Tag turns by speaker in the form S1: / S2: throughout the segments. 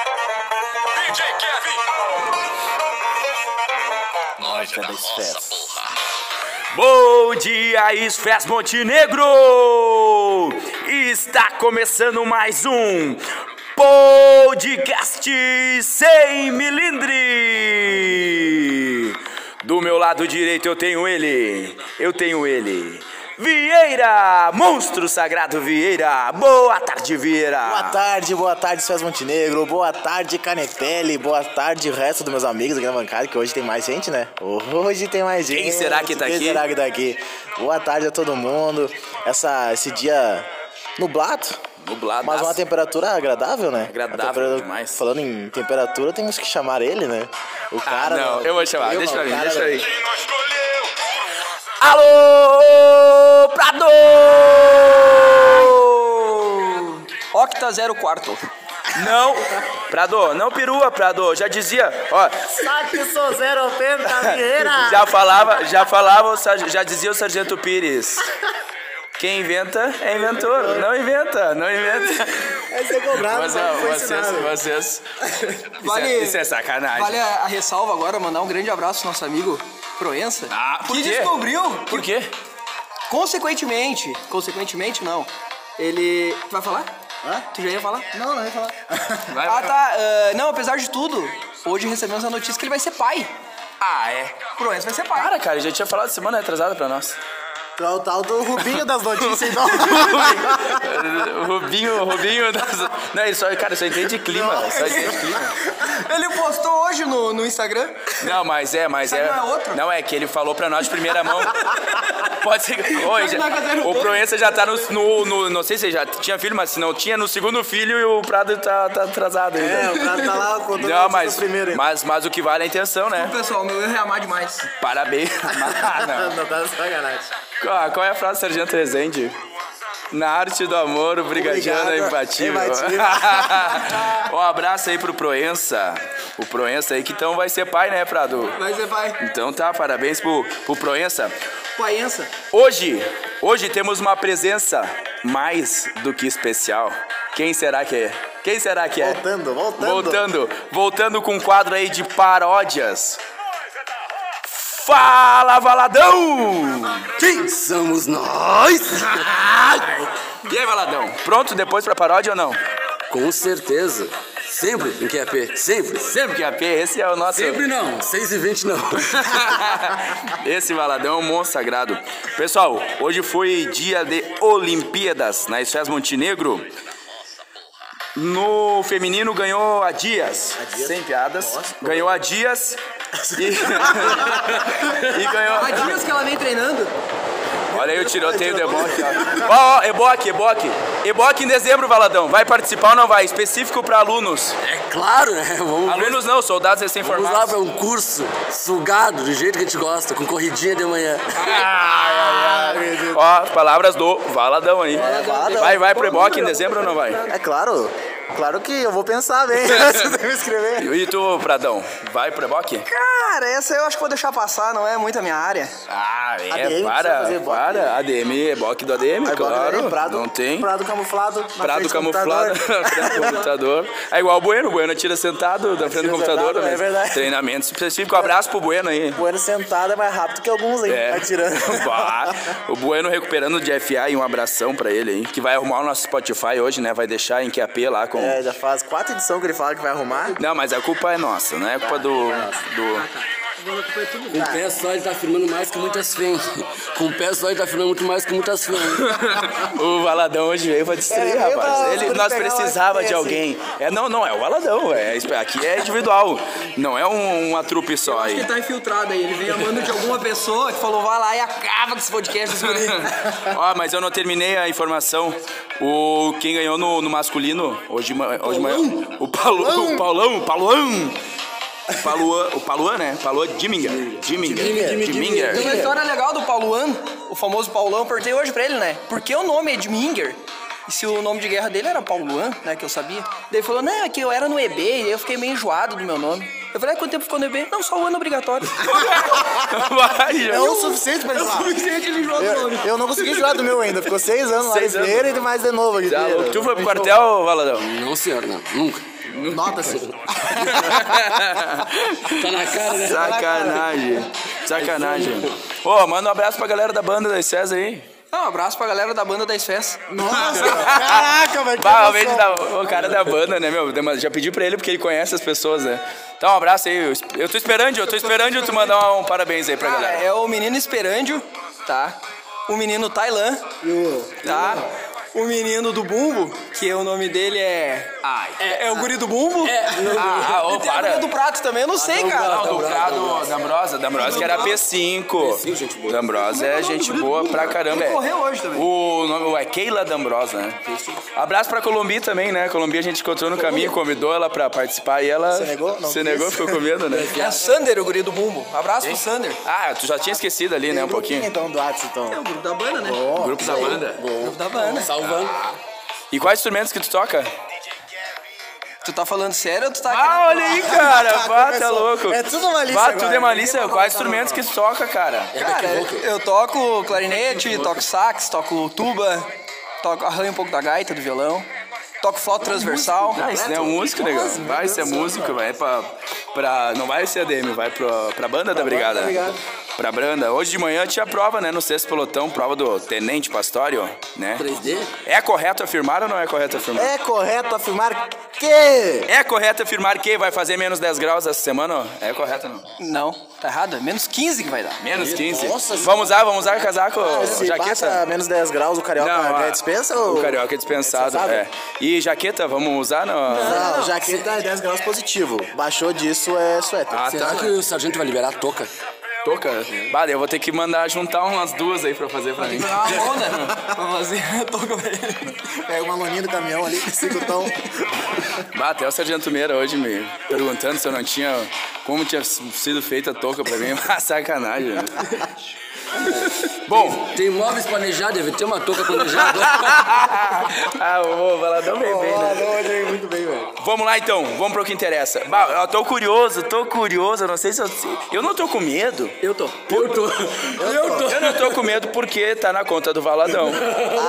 S1: DJ Kevin.
S2: Nós é da Esfera.
S3: Bom dia, Esfés Montenegro! Está começando mais um podcast sem milindre. Do meu lado direito eu tenho ele, eu tenho ele. Vieira, monstro sagrado Vieira. Boa tarde, Vieira.
S4: Boa tarde, boa tarde, Suéz Montenegro. Boa tarde, Canepele. Boa tarde, resto dos meus amigos aqui na bancada, que hoje tem mais gente, né? Hoje tem mais gente.
S3: Quem será que tá
S4: Quem
S3: aqui?
S4: será que tá aqui? Boa tarde a todo mundo. Essa, esse dia nublado.
S3: Nublado.
S4: Mas uma temperatura agradável, né?
S3: Agradável
S4: A temperatura-
S3: demais. Ah,
S4: Falando em temperatura, temos que chamar ele, né? O cara.
S3: não, eu vou chamar, deixa pra mim, deixa pra mim.
S1: Quem nós escolheu?
S3: Alô, Prado!
S2: Octa 0 quarto.
S3: Não, Prado, não perua, Prado. Já dizia, ó,
S4: Saque sou
S2: tá
S4: 080
S3: Já falava, já falava, o sarge- já dizia o Sargento Pires. Quem inventa é inventor, não inventa, não inventa.
S4: Esse é cobrado,
S3: Mas, ó, vocês, vocês. Isso é,
S2: Vale-
S3: isso é sacanagem.
S2: Vale a, a ressalva agora, mandar um grande abraço ao nosso amigo Proença.
S3: Ah, por
S2: que
S3: quê?
S2: descobriu que,
S3: Por quê?
S2: consequentemente, consequentemente não, ele... Tu vai falar? Hã? Tu já ia falar? Não, não ia falar.
S3: Vai,
S2: ah,
S3: vai.
S2: tá. ah, não, apesar de tudo, hoje recebemos a notícia que ele vai ser pai.
S3: Ah, é.
S2: Proença vai ser pai.
S3: Cara, cara, já tinha falado semana atrasada pra nós.
S4: Tu é o tal do Rubinho das notícias, então.
S3: O Rubinho, o Rubinho. das- Não, ele só, cara, só entende clima. Só entende clima.
S2: Ele postou hoje no, no Instagram.
S3: Não, mas é, mas
S2: Sabe,
S3: é.
S2: não é outro?
S3: Não, é que ele falou pra nós de primeira mão. Pode ser. que- Oi, já-
S2: Não, cadê o
S3: o
S2: dono?
S3: Proença já tá no, no- no- Não sei se ele já tinha filho, mas se não tinha, no segundo filho e o Prado tá, tá atrasado ainda.
S4: É, o cara tá lá contando
S3: Não,
S4: notícias
S3: mas,
S4: primeiro. ainda.
S3: mas, mas o que vale é a intenção, né?
S2: Pessoal, meu erro é amar demais.
S3: Parabéns. Ah, não.
S4: Não, tá de sacanagem.
S3: Qual, qual é a frase do Sargento Rezende? Na arte do amor, o brigadiano é
S4: Obrigado,
S3: imbatível.
S4: é imbatível.
S3: um abraço aí pro Proença. O Proença aí que então vai ser pai, né, Prado?
S2: Vai ser é pai.
S3: Então tá, parabéns pro, pro Proença.
S2: Proença.
S3: Hoje, hoje temos uma presença mais do que especial. Quem será que é? Quem será que é?
S4: Voltando, voltando.
S3: Voltando, voltando com um quadro aí de paródias. Fala, Valadão!
S4: Quem somos nós?
S3: E aí, Valadão? Pronto depois pra paródia ou não?
S5: Com certeza. Sempre em QAP. Sempre.
S3: Sempre que AP, esse é o nosso.
S5: Sempre não. 6 e 20 não.
S3: Esse baladão é um monstro sagrado. Pessoal, hoje foi dia de Olimpíadas na Esfés Montenegro. No feminino ganhou a Dias, é sem piadas. ganhou a Dias e, e
S2: Há
S3: ganhou.
S2: dias que ela vem treinando.
S3: Olha aí o tiroteio do Eboque. ó. Ó, ó, Eboque, Eboque. Eboque em dezembro, Valadão. Vai participar ou não vai? Específico para alunos.
S5: É claro, né? Vamos, ver.
S3: Alunos não, soldados
S5: Vamos lá
S3: recém-formados.
S5: pra um curso sugado, do jeito que a gente gosta, com corridinha de manhã.
S3: Ó, as palavras do Valadão aí. Vai, vai pro Eboque em dezembro ou não vai?
S4: É claro, claro que eu vou pensar bem antes de me inscrever.
S3: E tu, Pradão, vai pro Eboque?
S2: Cara, essa eu acho que vou deixar passar, não é muito a minha área.
S3: Ah, é,
S4: ADM, precisa
S3: para,
S4: fazer Eboque.
S3: para. ADM, Eboque do ADM,
S4: Agora
S3: claro.
S4: tem é Prado,
S3: não tem.
S4: Prado camuflado. na
S3: Prado
S4: frente do
S3: camuflado
S4: computador.
S3: na frente do computador. É igual o Bueno, o Bueno tira sentado da frente do
S4: Atira
S3: computador
S4: sentado,
S3: também.
S4: é verdade.
S3: Treinamento específico, abraço pro Bueno aí.
S4: Bueno sentado é mais rápido que alguns, hein?
S3: É.
S4: Atirando.
S3: Bah, o Bueno recuperando de FA e um abração pra ele aí, que vai arrumar o nosso Spotify hoje, né? Vai deixar em QAP lá com...
S4: É, já faz quatro edições que ele fala que vai arrumar.
S3: Não, mas a culpa é nossa, não é culpa do... do...
S5: Com o pé só ele tá afirmando mais que muitas fãs. Com o pé só ele tá afirmando muito mais que muitas fãs.
S3: o Valadão hoje veio pra
S4: É,
S3: destruir,
S4: veio
S3: rapaz.
S4: pra-
S3: Ele-
S4: pra
S3: nós
S4: pegar uma
S3: precisava de
S4: peça.
S3: alguém. É, não, não, é o Valadão. É, aqui é individual. Não é um- uma trupe só
S2: Acho que
S3: aí.
S2: ele tá infiltrado aí, ele vem amando de alguma pessoa que falou, vai lá e acaba com esse podcast dos guris.
S3: Ó, mas eu não terminei a informação. O quem ganhou no, no masculino hoje, de ma- hoje de manhã. O Paulo, o Paulão, o Paulão. O Paluan, o Paluan, né? Paluan Diminga. Diminga. Diminga.
S2: Tem uma história legal do Pauluan, o famoso Paulão, perguntei hoje pra ele, né? Por que o nome é de Minger? E se o nome de guerra dele era Pauluan, né? Que eu sabia. Daí ele falou, não, é que eu era no EB, e aí eu fiquei meio enjoado do meu nome. Eu falei, ah, quanto tempo ficou no EB? Não, só o ano obrigatório.
S3: Vai, já.
S4: É o suficiente pra ele falar.
S2: ele enjoou do
S4: Eu, eu não consegui tirar do meu ainda. Ficou seis anos lá
S3: Seis é
S4: em Ribeira e mais de novo aqui.
S3: Tá louco. Tu foi pro Ah, quartel, Valadão?
S5: Não, senhor, não. Nunca.
S6: Nota-se.
S5: Tá na cara, né?
S3: Sacanagem. Sacanagem. Ô, manda um abraço pra galera da banda das César aí.
S2: Ah, um abraço pra galera da banda das festas.
S6: Nossa, caraca, velho. que
S3: Bah, o vídeo
S6: emoção.
S3: da- o cara da banda, né, meu? Mas Já pedi pra ele porque ele conhece as pessoas, né? Então, um abraço aí. Eu esp- Eu tô esperando, eu tô esperando tu mandar um parabéns aí pra
S2: Cara,
S3: galera.
S2: é o menino Esperândio, tá? O menino Tailan, tá? O menino do Bumbo, que o nome dele é.
S3: Ai.
S2: É, é o guri do Bumbo?
S5: É, não-
S3: Ah, ah, ô,
S2: E tem a
S3: para. Ah,
S2: guria do prato também, eu não sei,
S3: Não,
S2: cara.
S3: do Prado, da Ambrosa, da Ambrosa que era P5.
S5: P5, gente boa.
S3: Da Ambrosa é gente boa pra caramba.
S2: Ele
S3: é.
S2: correu hoje também.
S3: O nome é Keila da Ambrosa, né? Abraço pra Colombi também, né? Colombi a gente encontrou no caminho, convidou ela pra participar e ela.
S4: Se negou? Não
S3: Se
S4: quis.
S3: negou, ficou com medo, né?
S2: É o Sander, o guri do Bumbo. Abraço pro Sander.
S3: Ah, tu já tinha esquecido ali, né? Um pouquinho.
S4: Então, do Atos, então.
S2: grupo da banda, né?
S3: Grupo da banda.
S2: Grupo da banda.
S5: Salvando.
S3: E quais instrumentos que tu toca?
S2: Tu tá falando sério ou tu tá.
S3: Ah, olha aí, cara. Bah, tá
S4: Começou.
S3: louco.
S4: É tudo malícia
S3: Bah,
S4: agora.
S3: tudo é malícia. Quais instrumentos que tu toca, cara?
S5: É
S2: Cara,
S5: backvocal.
S2: eu toco clarinete, toco sax, toco tuba, toco, arranho um pouco da gaita, do violão, toco flauta transversal.
S3: Ah, isso não é músico, negão. Vai ser músico, vai pra, pra. Não vai ser ADM, vai pra, pra banda da Brigada. Pra Branda. Hoje de manhã tinha prova, né? No sexto pelotão, prova do Tenente Pastório, né?
S5: 3D?
S3: É correto afirmar ou não é correto afirmar?
S4: É correto afirmar que...
S3: É, correto afirmar que vai fazer menos 10 graus essa semana? É correto ou não?
S2: Não, tá errado. é Menos 15 que vai dar.
S3: Menos 15. vamos usar, vamos usar casaco,
S4: Se passa
S3: jaqueta?
S4: menos 10 graus, o carioca
S3: Não,
S4: ganha
S3: a-
S4: dispensa
S3: O
S4: ou...
S3: carioca é dispensado,
S4: Dispensável?
S3: é. E jaqueta, vamos usar? Não.
S4: Não, jaqueta é 10 graus positivo. Baixou disso é suéter.
S3: Ah,
S5: Será
S3: tá.
S5: que o sargento vai liberar a toca?
S3: Toca? Bah, daí eu vou ter que mandar juntar umas duas aí pra fazer pra mim.
S2: Ah, bom, né? Vamos fazer, toco pra ele.
S4: Pega uma loninha do caminhão ali, cinco tom.
S3: Bah, até o Sargento Meira hoje me perguntando se eu não tinha. Como tinha sido feita a touca pra mim. Ah, sacanagem. né? Bom.
S5: Tem móveis planejados, deve ter uma toca planejada.
S3: ah, o Valadão veio bem, né?
S4: muito bem, velho.
S3: Vamos lá então, vamos pro que interessa. Bah, eu tô curioso, tô curioso, eu não sei se eu. Eu não tô com medo.
S5: eu tô. Eu tô. Eu tô.
S3: Eu não tô com medo porque tá na conta do Valadão.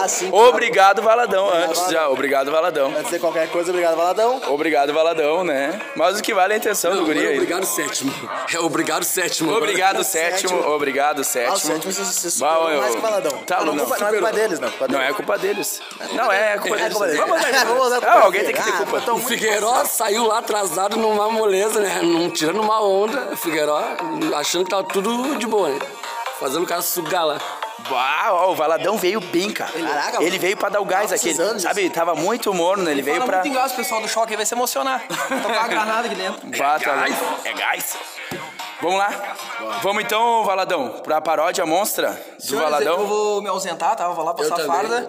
S4: Ah, sim.
S3: Obrigado, Valadão. Antes já, obrigado, Valadão.
S4: Antes de qualquer coisa, obrigado, Valadão.
S3: Obrigado, Valadão, né? Mas o que vale é a intenção do
S5: Não,
S3: guri
S5: agora é
S3: aí.
S5: obrigado sétimo. É obrigado sétimo. agora.
S3: Obrigado, sétimo. Obrigado, sétimo.
S4: Ah, o Santos se, se
S3: Bah, É
S4: superou
S3: tipo eu-
S4: mais que o Valadão.
S3: Tá,
S4: não,
S3: não.
S4: culpa- não é culpa deles, não. Culpa
S3: Não,
S4: deles.
S3: é culpa deles. Não, é, é culpa
S4: É
S3: deles.
S4: culpa deles.
S3: Vamos dar-
S4: Vamos dar culpa
S3: Ah, alguém tem
S4: deles.
S3: que ter
S4: Ah,
S3: culpa.
S4: então,
S5: O Figueiró saiu lá atrasado numa moleza, né? Não, tirando uma onda, o Figueiró achando que tava tudo de boa, né? Fazendo o cara sugar lá.
S3: Bah, ó, o Valadão veio bem, cara.
S4: Caraca,
S3: ele veio pra dar o gás
S4: tava
S3: aqui.
S4: precisando disso.
S3: Sabe, tava muito morno, ele veio
S2: Fala
S3: pra.
S2: muito inglês, pessoal do choque, aí vai se emocionar. Tocar uma granada aqui dentro.
S3: Bah, tá louco. É gás. Vamos lá? Vamos então, Valadão, pra paródia monstra do
S2: Eu
S3: Valadão.
S2: vou me ausentar, tá? Eu vou lá
S5: Eu
S2: passar a
S5: também.
S2: farda.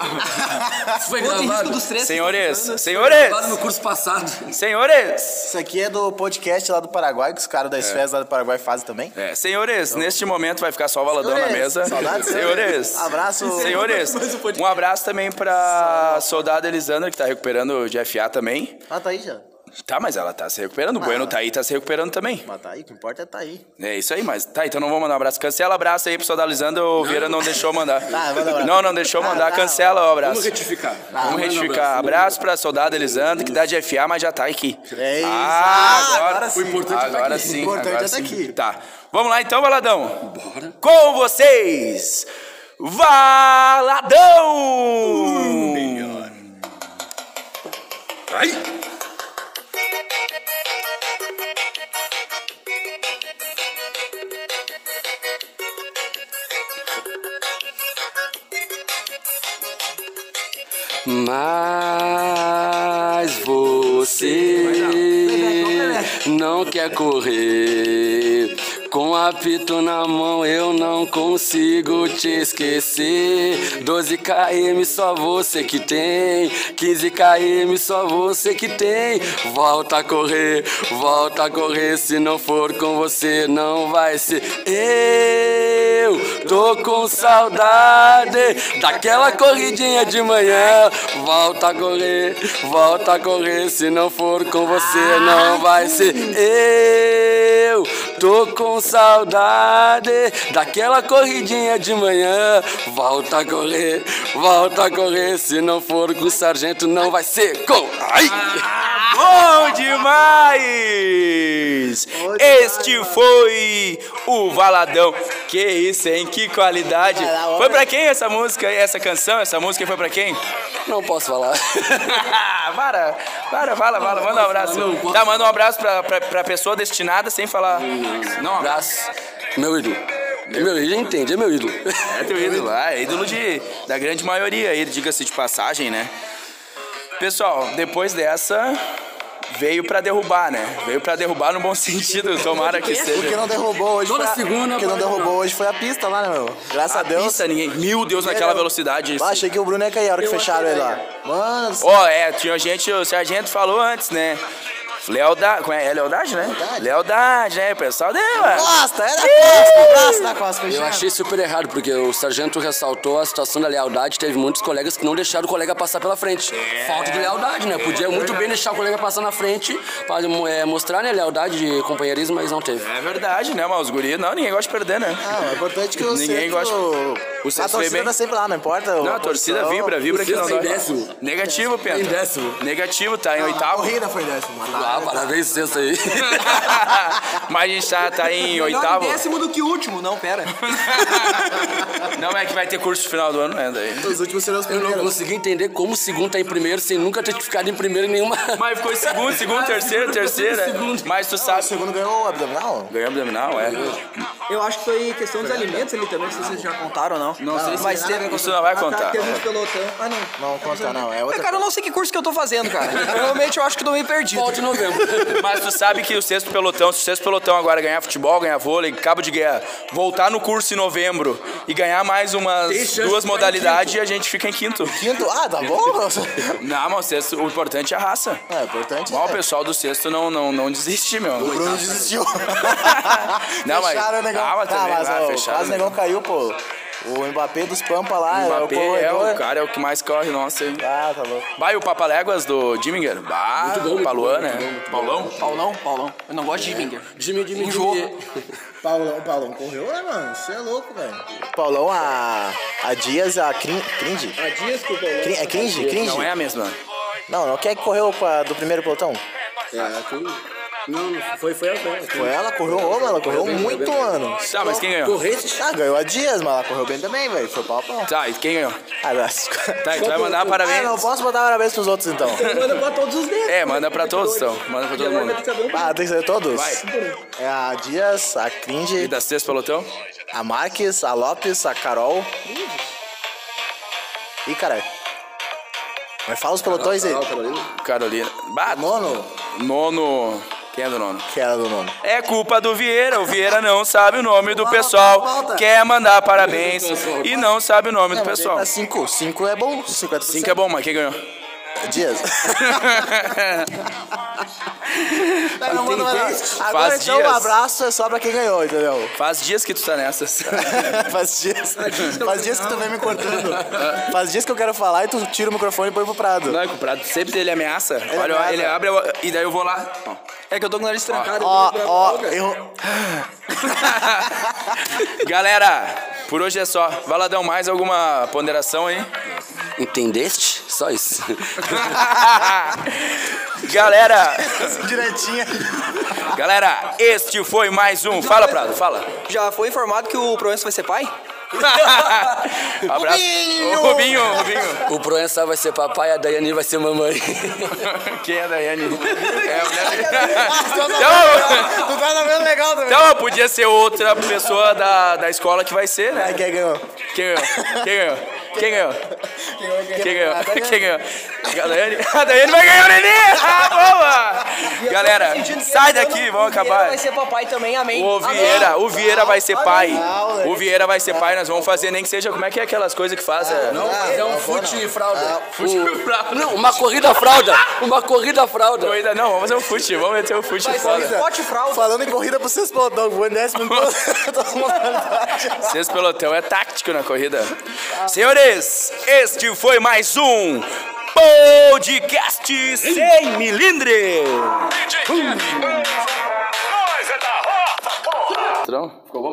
S5: Isso foi
S2: Não tem risco
S5: gravado.
S2: dos três.
S3: Senhores,
S4: assim.
S5: Gravado
S3: senhores,
S5: no curso passado.
S3: senhores.
S4: Isso aqui é do podcast lá do Paraguai, que os caras das festas lá do Paraguai fazem também.
S3: É, senhores, neste momento vai ficar só o Valadão na
S4: Então. Senhores,
S3: mesa.
S4: saudades, né?
S3: Senhores.
S4: Abraço.
S3: Senhores, um abraço também pra soldado Elisandra, que tá recuperando de FA também.
S4: Ah, tá aí já.
S3: Tá, mas ela tá se recuperando.
S4: Ah.
S3: O Bueno tá aí, tá se recuperando também.
S4: Mas tá aí, o que importa é tá aí.
S3: É isso aí, mas tá, então não vou mandar um abraço. Cancela o abraço aí pro soldado Elisandra, o Vieira não deixou mandar.
S4: Tá, manda um abraço.
S3: Não, não deixou mandar,
S4: tá.
S3: cancela o abraço.
S5: Vamos retificar.
S3: Vamos retificar. um Abraço pra soldado Elisandro, que dá de FA, mas já tá aqui.
S4: É isso.
S3: Ah, agora,
S4: Agora
S3: sim.
S4: sim.
S3: O importante
S4: Agora
S3: agora
S4: sim.
S3: sim.
S4: tá O importante
S3: agora
S4: é tá
S3: sim.
S4: aqui.
S3: Tá. Vamos lá então, Valadão.
S5: Bora.
S3: Com vocês, Valadão! Ai!
S5: Mas você não quer correr. Com apito na mão eu não consigo te esquecer. 12 km só você que tem. 15 km só você que tem. Volta a correr, volta a correr. Se não for com você, não vai ser eu. Tô com saudade daquela corridinha de manhã. Volta a correr, volta a correr. Se não for com você, não vai ser eu. Tô com saudade daquela corridinha de manhã. Volta a correr, volta a correr. Se não for com o sargento, não vai ser com. Ai!
S3: Bom demais! Este foi o Valadão. Que isso, hein? Que qualidade. Foi pra quem essa música, essa canção, essa música foi pra quem?
S5: Não posso falar.
S3: para, para, fala, fala, manda um abraço.
S5: Não, posso-
S3: Tá, manda um abraço pra, pra, pra pessoa destinada sem falar. Não, um abraço.
S5: Abraço. Meu ídolo. É meu ídolo, entende, é meu ídolo.
S3: É teu ídolo, ah, é ídolo de, da grande maioria aí, diga-se de passagem, né? Pessoal, depois dessa, veio pra derrubar, né? Veio pra derrubar no bom sentido, tomara que
S4: O que
S3: seja.
S4: não derrubou hoje
S5: Toda
S4: foi a-
S5: segunda
S4: O que não
S5: aparece
S4: derrubou hoje foi a pista lá, né, meu? Graças a, Deus.
S3: Pista, ninguém. Meu Deus, naquela velocidade.
S4: Ah, achei que o Bruno ia cair a hora que
S5: Eu
S4: fecharam
S5: achei
S4: ele lá.
S5: daí.
S4: Mano, do
S3: Ó, é, tinha gente, o sargento falou antes, né? Lealdade, como é? É lealdade, né?
S4: Lealdade.
S3: Lealdade, né? O pessoal deu,
S4: É
S3: ó.
S4: costa, era costa, braço da costa,
S5: Eu
S4: fechado.
S5: achei super errado, porque o sargento ressaltou a situação da lealdade. Teve muitos colegas que não deixaram o colega passar pela frente.
S3: É.
S5: Falta de lealdade, né? Podia muito bem deixar o colega passar na frente pra é, mostrar, né, lealdade de companheirismo, mas não teve.
S3: É verdade, né, mas os guris, não, ninguém gosta de perder, né?
S4: Ah, é importante que o
S3: Ninguém
S4: centro-
S3: gosta. O
S4: A
S3: centro foi
S4: torcida
S3: bem.
S4: tá sempre lá, não importa.
S3: Não, a torcida
S4: posição.
S3: vibra, vibra que
S5: Ciro
S3: não
S5: tá em
S3: dói.
S5: décimo.
S3: Negativo, Pedro.
S5: Em décimo.
S3: Negativo, tá em oitavo.
S6: Corrida foi décimo.
S5: Ah, parabéns, sexta aí.
S3: Mas a gente tá, tá em
S2: Melhor
S3: oitavo.
S2: décimo do que último. Não, pera.
S3: Não é que vai ter curso no final do ano, né? Daí.
S4: Os últimos serão os
S5: Eu não
S4: primeiros.
S5: consegui entender como o segundo tá em primeiro sem nunca ter ficado em primeiro em nenhuma.
S3: Mas ficou em segundo, segundo, terceiro, terceira. Mas tu
S4: O
S3: sabe.
S4: segundo ganhou o abdominal?
S3: Ganhou abdominal, é.
S2: Eu acho que foi questão dos alimentos ali também. Não sei se vocês já contaram ou não. Não, sei
S3: se-
S2: Mas teve...
S3: isso não vai
S2: Ah, tá,
S3: contar.
S2: teve um de pelotão. Ah, não.
S4: Não conta, não. É
S2: É,
S4: outra
S2: Cara, eu não sei que curso que eu tô fazendo, cara. Realmente eu acho que eu tô meio perdido.
S5: Volta em novembro.
S3: Mas tu sabe que o sexto pelotão, se o sexto pelotão agora ganhar futebol, ganhar vôlei, cabo de guerra, voltar no curso em novembro e ganhar mais umas duas
S5: chance de ficar em
S3: modalidades, a gente fica em quinto.
S4: Quinto? Ah, tá bom?
S3: Não, mas o sexto, o importante é a raça.
S4: É importante.
S3: Bom, o
S4: né?
S3: pessoal do sexto não, não, não desiste, meu.
S4: O Bruno desistiu.
S3: Não, mas-
S4: fecharam o negão.
S3: Ah, mas também, ah,
S4: ó,
S3: fecharam
S4: quase
S3: o
S4: o negão caiu, pô. O Mbappé dos Pampa lá,
S3: O Mbappé é
S4: corredor.
S3: o cara, é o que mais corre, nossa, hein?
S4: Ah, tá louco.
S3: Vai o Papaléguas do Diminger. Bah,
S5: Muito bom, muito
S3: Paluan,
S5: bom, muito bom,
S3: né? Paulão?
S2: Paulão, Paulão. Eu não gosto de Binger.
S5: Jimmy, Jimmy,
S3: Um
S2: Enjoou.
S5: Jimmy.
S6: Paulão, Paulão correu, né, mano? Você é louco, velho.
S4: Paulão, a, a Dias, a crin, Cringe?
S6: A dias que o Paulão.
S4: Crin, é Cringe?
S3: Não é
S4: Cringe?
S3: a mesma.
S4: Não, não. Quem é que correu pra- do primeiro pelotão?
S5: É, aqui- Não, não, foi, foi ela. foi ela.
S4: Foi ela, correu, ô, mano, ela correu muito, mano.
S3: Tá, mas quem ganhou?
S4: Ah, ganhou a Dias, mas ela correu bem também, velho. Foi pau a pau.
S3: Tá, e quem ganhou?
S4: Ah, mas-
S3: Tá, e tu vai mandar
S4: Ah, não
S3: parabéns.
S4: posso mandar parabéns pros outros, então.
S6: Manda pra todos os dedos.
S3: É, manda pra todos, então. Manda pra todo mundo.
S4: Ah, tem que ser todos?
S3: Vai.
S4: É a Dias, a
S3: E
S4: Cringe,
S3: das três pelotão?
S4: a Marques, a Lopes, a Carol. Ih, caralho. Mas fala os pelotões aí.
S3: Carolina. Bah,
S4: Nono,
S3: nono. Quem é do nono?
S4: que era do nome.
S3: É culpa do Vieira, o Vieira não sabe o nome do pessoal, quer mandar parabéns e não sabe o nome do pessoal.
S4: Tá 5. 5 é bom, 50%.
S3: Cinco é bom, mas quem ganhou?
S4: Dias. Não, não, manda mais nada. Agora
S3: Faz
S4: então
S3: dias.
S4: um abraço é só pra quem ganhou, entendeu?
S3: Faz dias que tu tá nessas.
S4: Faz dias. Faz dias que tu vem me cortando. Faz dias que eu quero falar e tu tira o microfone e põe pro prado.
S3: Não, é que o Prado sempre ele ameaça. Olha,
S4: ameaça.
S3: ele abre eu- e daí eu vou lá.
S2: É que eu tô com o nariz trancado.
S4: Ó, ó, eu.
S3: Galera, por hoje é só. Valadão, mais alguma ponderação aí?
S5: Entendeste? Só isso.
S3: galera,
S4: Direitinha.
S3: galera, este foi mais um. Fala, Prado, fala.
S2: Já foi informado que o Proenço vai ser pai?
S3: Abraço.
S4: Rubinho!
S3: Ô, Rubinho, Rubinho.
S5: O Proença vai ser papai, a Daiane vai ser mamãe.
S3: Quem é a Daiane? É, a mulher-
S4: Tu tá sabendo legal também.
S3: Então, podia ser outra pessoa da, da escola que vai ser, né?
S4: Aí quem ganhou?
S3: Quem ganhou? Quem ganhou? Quem ganhou? Quem ganhou? Quem ganhou? A Daiane, a Daiane vai ganhar o neném! Ah, boa! Galera, sai daqui, vamos acabar.
S2: Vai ser papai também, amém.
S3: O Vieira, o Vieira vai ser pai. O Vieira vai ser pai, nós vamos fazer nem que seja, como é que é aquelas coisas que fazem?
S5: é um fute fralda. é
S3: fralda.
S5: Não, uma corrida fralda. Uma corrida fralda.
S3: Corrida, não, vamos fazer um fute, vamos meter um fute foda.
S2: Pote fralda.
S4: Falando em corrida pra vocês, pô, dog, o décimo minuto. Todo mundo na
S3: Sexto pelotão é tático na corrida. Senhores, este foi mais um podcast sem milindre.
S1: DJ Kevin. Nós é da roça, porra!
S3: Ficou bom